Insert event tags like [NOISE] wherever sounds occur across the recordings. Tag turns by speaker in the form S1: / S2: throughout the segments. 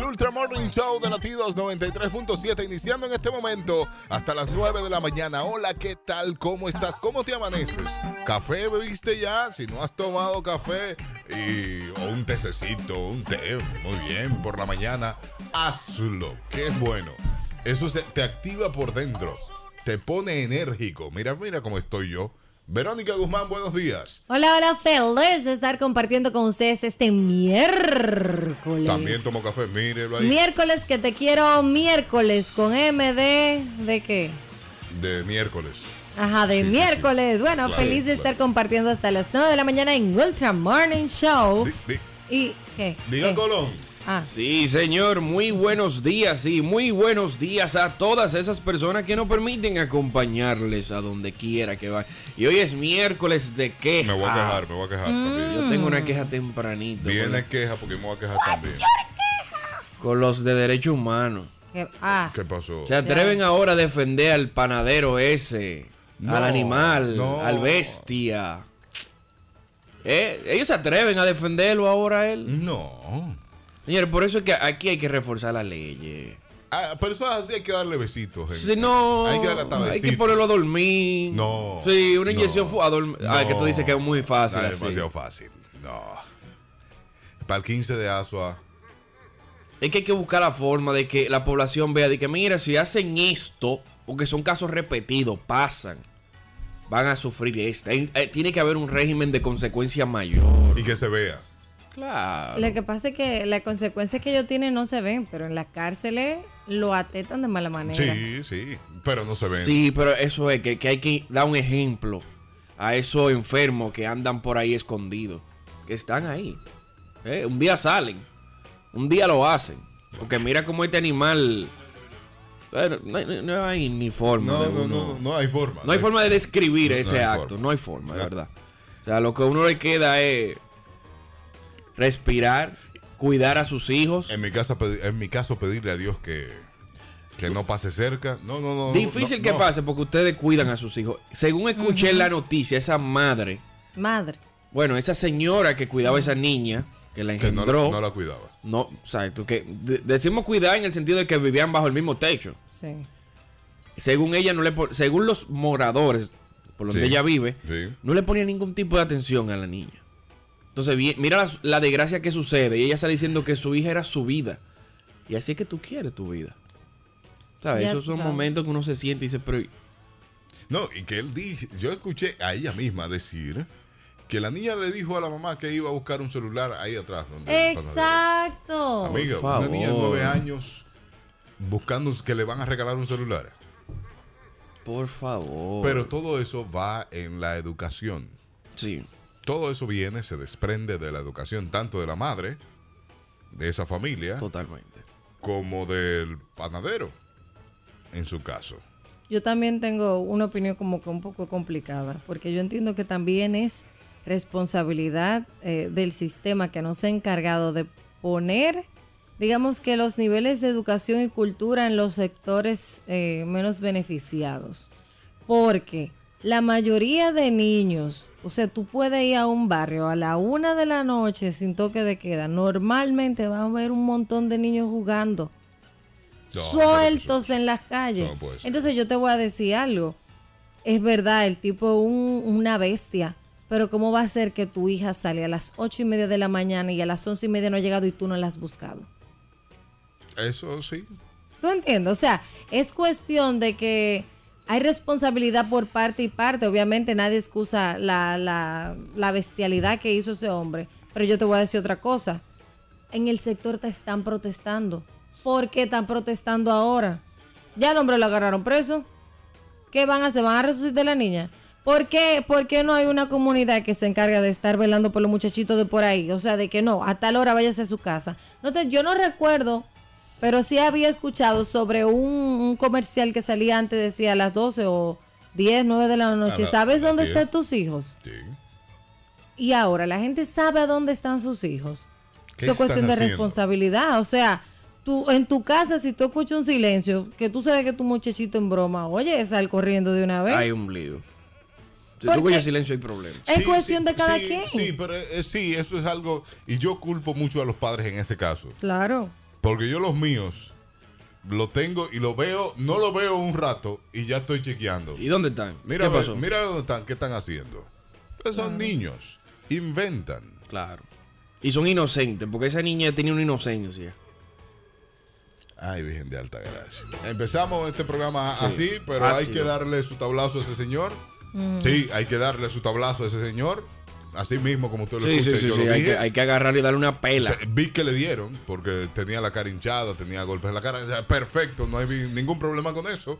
S1: nuestro Morning Show de Latidos 93.7, iniciando en este momento hasta las 9 de la mañana. Hola, ¿qué tal? ¿Cómo estás? ¿Cómo te amaneces? ¿Café bebiste ya? Si no has tomado café, y, o un tececito, un té, muy bien, por la mañana, hazlo, que es bueno. Eso se- te activa por dentro, te pone enérgico. Mira, mira cómo estoy yo. Verónica Guzmán, buenos días.
S2: Hola, hola, feliz de estar compartiendo con ustedes este miércoles.
S1: También tomo café, mírelo ahí.
S2: Miércoles que te quiero, miércoles con MD. ¿De qué?
S1: de miércoles.
S2: Ajá, de
S1: Sí, sí, sí.
S2: miércoles. Bueno,
S1: Claro,
S2: feliz de
S1: claro.
S2: estar compartiendo hasta las 9 de la mañana en Ultra Morning Show.
S1: Di- di-
S2: ¿Y qué?
S1: diga
S2: ¿Qué?
S1: Colón.
S2: Ah,
S3: Sí, señor, muy buenos días y muy buenos días a todas esas personas que nos permiten acompañarles a donde quiera que vayan. Y hoy es miércoles de queja.
S1: Me voy a quejar, me voy a quejar también.
S3: Ah. Yo tengo una queja tempranito con,
S1: Viene queja porque me voy a quejar también.
S3: con los de derechos humanos.
S2: qué- ah,
S1: ¿Qué pasó?
S3: Se atreven ahora a defender al panadero ese,
S1: No,
S3: al animal,
S1: no.
S3: al bestia. Eh, Ellos se atreven a defenderlo ahora a él.
S1: No.
S3: Señores, por eso es que aquí hay que reforzar las leyes.
S1: A personas así hay que darle besitos. gente.
S3: Si no,
S1: Hay que darle hasta
S3: hay
S1: besitos.
S3: que ponerlo a dormir.
S1: No.
S3: Sí, una inyección
S1: no,
S3: fu- a dormir. Ah,
S1: no.
S3: que tú dices que es muy fácil.
S1: Ah, Es
S3: así.
S1: demasiado fácil. No. Para el 15 de Asua.
S3: Es que hay que buscar la forma de que la población vea de que, mira, si hacen esto, porque son casos repetidos, pasan, van a sufrir esta. Hay- eh, Tiene que haber un régimen de consecuencia mayor.
S1: Y que se vea.
S3: Claro.
S2: lo que pasa es que las consecuencias que ellos tienen no se ven, pero en las cárceles lo atetan de mala manera.
S1: Sí, sí. Pero no se ve.
S3: Sí, pero eso es que, que hay que dar un ejemplo a esos enfermos que andan por ahí escondidos, que están ahí. Eh, Un día salen, un día lo hacen. Porque mira cómo este animal. bueno, no, hay- no hay ni forma.
S1: No,
S3: de
S1: no,
S3: uno-
S1: no, no hay forma.
S3: no hay forma de describir
S1: no, no
S3: ese
S1: hay
S3: acto,
S1: forma.
S3: no hay forma, de
S1: No.
S3: verdad. O sea, lo que a uno le queda es respirar, cuidar a sus hijos.
S1: En mi, casa, pedi- en mi caso, pedirle a Dios que, que no pase cerca. No, no, no. no,
S3: Difícil
S1: no,
S3: que
S1: no.
S3: pase porque ustedes cuidan a sus hijos. Según escuché en la noticia, esa madre,
S2: Madre.
S3: bueno, esa señora que cuidaba a esa niña, que la
S1: Que no,
S3: engendró,
S1: la- no
S3: no,
S1: la cuidaba.
S3: o sea, tú que de- decimos cuidar en el sentido de que vivían bajo el mismo techo.
S2: Sí.
S3: Según ella, no le pon- según los moradores por donde
S1: Sí,
S3: ella vive,
S1: sí.
S3: no le ponía ningún tipo de atención a la niña. Entonces, vi- mira la, la desgracia que sucede. Y ella está diciendo que su hija era su vida. Y así es que tú quieres tu vida. ¿Sabes?
S2: Ya
S3: Esos
S2: tú
S3: son
S2: sabes.
S3: momentos que uno se siente y dice, pero
S1: No, y que él dice, yo escuché a ella misma decir que la niña le dijo a la mamá que iba a buscar un celular ahí atrás. donde el panadero.
S2: Exacto.
S1: Amiga,
S3: Por
S1: una niña de
S3: favor.
S1: nueve años buscando que le van a regalar un celular.
S3: Por favor.
S1: Pero todo eso va en la educación.
S3: Sí.
S1: Todo eso viene, se desprende de la educación, tanto de la madre, de esa familia,
S3: Totalmente.
S1: como del panadero, en su caso.
S2: Yo también tengo una opinión como que un poco complicada, porque yo entiendo que también es responsabilidad eh, del sistema que nos ha encargado de poner, digamos que los niveles de educación y cultura en los sectores eh, menos beneficiados. Porque la mayoría de niños, o sea, tú puedes ir a un barrio a la una de la noche sin toque de queda, normalmente van a ver un montón de niños jugando
S1: No, pero
S2: sueltos en las calles.
S1: No puede ser.
S2: Entonces yo te voy a decir algo. Es verdad, el tipo es un- una bestia. Pero ¿cómo va a ser que tu hija sale a las ocho y media de la mañana y a las once y media no ha llegado y tú no la has buscado?
S1: Eso sí.
S2: ¿Tú entiendes? O sea, es cuestión de que hay responsabilidad por parte y parte. Obviamente nadie excusa la, la- la bestialidad que hizo ese hombre. Pero yo te voy a decir otra cosa. En el sector te están protestando. ¿Por qué están protestando ahora? Ya el hombre lo agarraron preso. ¿Qué van a hacer? ¿Van a resucitar a la niña? ¿Por qué, ¿Por qué no hay una comunidad que se encarga de estar velando por los muchachitos de por ahí? O sea, de que no, a tal hora váyase a su casa. No te, yo no recuerdo, pero sí había escuchado sobre un, un comercial que salía antes, decía a las 12 o 10, 9 de la noche.
S1: Ah, no,
S2: ¿Sabes
S1: no,
S2: dónde
S1: tío.
S2: están tus hijos?
S1: sí.
S2: Y ahora, la gente sabe a dónde están sus hijos.
S1: ¿Qué
S2: Eso es cuestión
S1: están
S2: de
S1: haciendo?
S2: responsabilidad. O sea, tú en tu casa, si tú escuchas un silencio, que tú sabes que tu muchachito en broma, oye, sal corriendo de una vez.
S3: Hay un lío. Si
S2: Pues ¿Por
S3: tú
S2: qué?
S3: el silencio hay problema.
S2: Es
S1: Sí,
S2: cuestión
S1: sí,
S2: de cada
S1: sí,
S2: quien.
S1: Sí, pero eh, sí, eso es algo. Y yo culpo mucho a los padres en este caso.
S2: Claro.
S1: Porque yo los míos lo tengo y lo veo, no lo veo un rato y ya estoy chequeando.
S3: ¿Y dónde están?
S1: Mira, a
S3: ¿Qué
S1: ver,
S3: pasó?
S1: mira dónde están, qué están haciendo. Pues son niños, inventan.
S3: Claro. Y son inocentes, porque esa niña tenía una inocencia.
S1: Ay, Virgen de Alta Gracia. Empezamos este programa
S3: Sí,
S1: así, pero hay
S3: ácido.
S1: que darle su tablazo a ese señor. Sí, hay que darle su tablazo a ese señor. Así mismo como usted lo
S3: Sí,
S1: escucha,
S3: sí, sí,
S1: yo
S3: sí.
S1: lo
S3: Hay
S1: dije.
S3: que, hay que agarrar y darle una pela.
S1: Eh, Vi que le dieron, porque tenía la cara hinchada, tenía golpes en la cara. O sea, Perfecto, no hay vi- ningún problema con eso.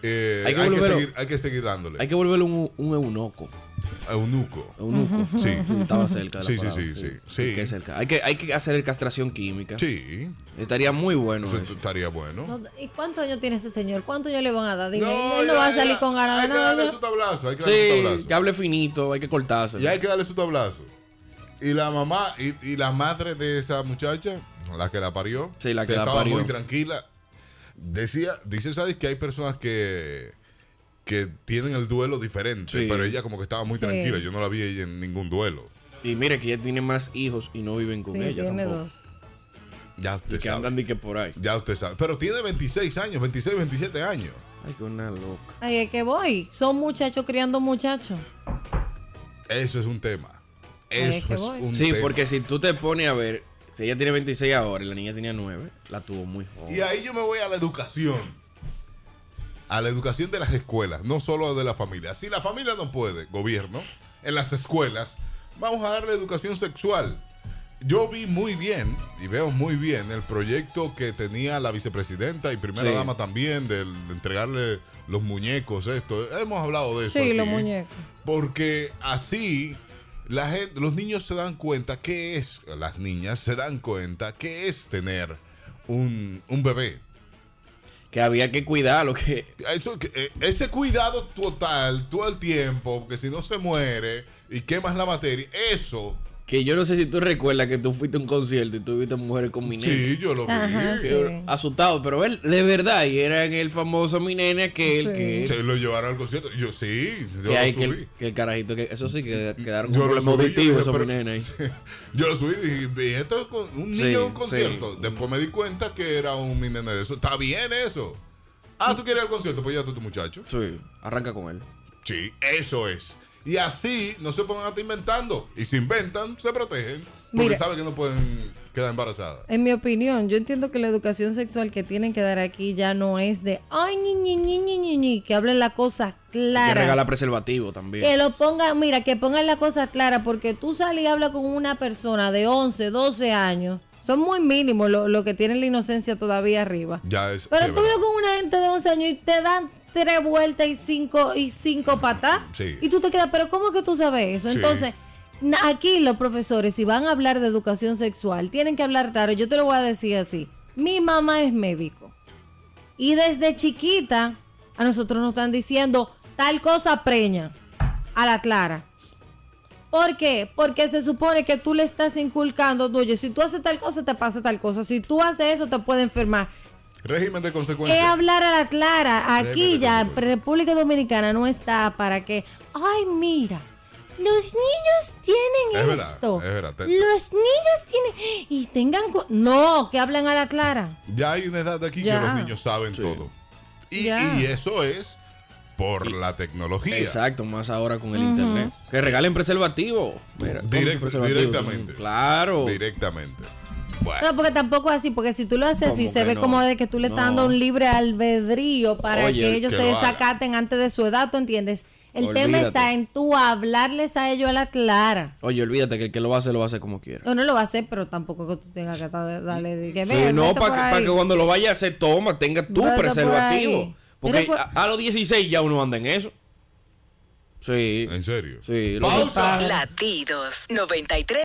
S1: Eh, hay,
S3: Hay que
S1: que
S3: volverlo.
S1: seguir, hay que seguir dándole.
S3: Hay que volverle un, un eunuco.
S1: Eunuco.
S3: Eunuco.
S1: Sí.
S3: Sí, estaba cerca. de la
S1: Sí, sí,
S3: palabra,
S1: sí, sí, sí.
S3: Hay que, cerca. Hay, que, hay que hacer castración química.
S1: Sí,
S3: Estaría muy bueno
S1: eso
S3: eso.
S1: estaría bueno.
S2: No, ¿Y cuántos años tiene ese señor? ¿Cuántos años le van a dar? Dile,
S1: No,
S2: él no
S1: ya,
S2: va a
S1: ya.
S2: salir con ganas de
S1: Hay que darle su
S2: nada.
S1: tablazo, hay que darle su
S3: Sí,
S1: tablazo.
S3: que hable finito, hay que cortarse.
S1: Y hay que darle su tablazo. Y la mamá y, y la madre de esa muchacha, la que la parió,
S3: Sí, la que la
S1: estaba
S3: parió.
S1: muy tranquila. Decía, dice Sadis que hay personas que que tienen el duelo diferente,
S3: Sí.
S1: pero ella como que estaba muy
S2: Sí.
S1: tranquila, yo no la vi ella en ningún duelo.
S3: Y mire que ella tiene más hijos y no viven con
S2: Sí,
S3: ella
S2: tiene
S3: tampoco.
S2: dos.
S1: Ya
S3: Y
S1: usted
S3: que
S1: sabe.
S3: andan de que por ahí.
S1: Ya usted sabe, pero tiene 26 años, 26, 27 años.
S3: Ay, que una loca.
S2: Ay, es que voy. Son muchachos criando muchachos.
S1: Eso es un tema.
S2: Ahí es
S1: Eso
S2: que
S1: es
S2: voy.
S1: un
S3: Sí,
S1: tema.
S3: porque si tú te pones a ver, si ella tiene 26 ahora y la niña tenía 9, la tuvo muy joven.
S1: Y ahí yo me voy a la educación. A la educación de las escuelas, no solo de la familia. Si la familia no puede, gobierno, en las escuelas, vamos a darle educación sexual. Yo vi muy bien, y veo muy bien, el proyecto que tenía la vicepresidenta y primera
S3: Sí.
S1: dama también, del- de, entregarle los muñecos, esto. Hemos hablado de eso.
S2: Sí, los
S1: aquí.
S2: muñecos.
S1: Porque así la gente, los niños se dan cuenta que es, las niñas se dan cuenta que es tener un, un bebé.
S3: Que había que cuidar lo que.
S1: Eso que- eh, ese cuidado total todo el tiempo, porque si no se muere y quemas la materia, eso.
S3: Que yo no sé si tú recuerdas que tú fuiste a un concierto y tú viste mujeres con minera.
S1: Sí, yo lo vi.
S2: Ajá, sí.
S3: Yo, asustado, pero él, de verdad, y era en el famoso Minene aquel
S2: Sí.
S3: que,
S1: Se lo llevaron al concierto. Yo sí, yo
S3: que
S1: lo
S3: hay que
S1: subí.
S3: el, que el carajito que eso sí que quedaron
S1: Yo lo
S3: con problemas
S1: subí, yo dije,
S3: auditivos esos
S1: pero-
S3: Minene
S1: [LAUGHS]
S3: ahí.
S1: Yo lo subí y dije, "Ve, esto es con- un niño
S3: Sí,
S1: en un concierto.
S3: sí.
S1: Después me di cuenta que era un mi nene de eso. Está bien eso. Ah, tú quieres ir al concierto, pues ya tú tu muchacho.
S3: Sí, arranca con él.
S1: Sí, eso es. Y así no se pongan a estar inventando. Y si inventan, se protegen. Porque
S2: Mira.
S1: saben que no pueden quedar embarazadas.
S2: En mi opinión, yo entiendo que la educación sexual que tienen que dar aquí ya no es de ay, ñi, ñi, ñi, ñi, ñi, ñi", que hablen las cosas
S3: Que regala
S2: claras.
S3: preservativo también.
S2: Que lo pongan, mira, que pongan las cosas claras, porque tú sales y hablas con una persona de 11, 12 años. Son muy mínimos los lo que tienen la inocencia todavía arriba.
S1: Ya es.
S2: Pero
S1: sí,
S2: tú
S1: ¿verdad?
S2: ves con una gente de 11 años y te dan tres vueltas y cinco y cinco patas.
S1: Sí.
S2: Y tú te quedas, pero ¿cómo que tú sabes eso?
S1: Sí.
S2: Entonces, na- aquí los profesores, si van a hablar de educación sexual, tienen que hablar claro. Yo te lo voy a decir así. Mi mamá es médico. Y desde chiquita a nosotros nos están diciendo tal cosa preña a la clara. ¿Por qué? Porque se supone que tú le estás inculcando, tú, oye, si tú haces tal cosa, te pasa tal cosa. Si tú haces eso, te puede enfermar.
S1: Régimen de
S2: Es
S1: consecuencias.
S2: hablar a la clara. Aquí
S1: Créeme,
S2: ya
S1: Domingo.
S2: República Dominicana no está para que, ay, mira, los niños tienen
S1: Es verdad,
S2: esto.
S1: es verdad. Te-
S2: Los niños tienen y tengan cu- no, que hablan a la clara.
S1: Ya hay una edad aquí
S2: Ya.
S1: que los niños saben
S3: Sí.
S1: todo. Y,
S2: Ya.
S1: y eso es por la tecnología.
S3: Exacto, más ahora con el internet. Que regalen preservativo. Mira, ¿cómo que
S1: Direct-
S3: preservativo?
S1: directamente.
S3: Mm, Claro.
S1: Directamente. Bueno,
S2: No, porque tampoco es así, porque si tú lo haces así,
S3: ¿Cómo
S2: se
S3: que
S2: ve
S3: no?
S2: como de que tú le estás
S3: No.
S2: dando un libre albedrío para
S3: Oye,
S2: que ellos
S1: que
S2: se
S1: lo haga.
S2: desacaten antes de su edad, ¿tú entiendes? El tema
S3: Olvídate.
S2: está en tú hablarles a ellos a la clara.
S3: Oye, olvídate que el que lo va a hacer, lo va a hacer como quiera.
S2: O no lo va a hacer, pero tampoco que tú tengas que estar- darle de que
S3: Sí,
S2: "Ve,
S3: no,
S2: vete
S3: para
S2: por
S3: que, pa'
S2: ahí".
S3: que cuando lo vaya a hacer, toma, tenga
S2: Vete
S3: tu
S2: por ahí.
S3: preservativo. Porque
S2: Pero cu-
S3: a, a los 16 ya uno anda en eso. Sí.
S1: en serio.
S3: Eh, Sí. lo-
S1: Pausa.
S4: Latidos 93.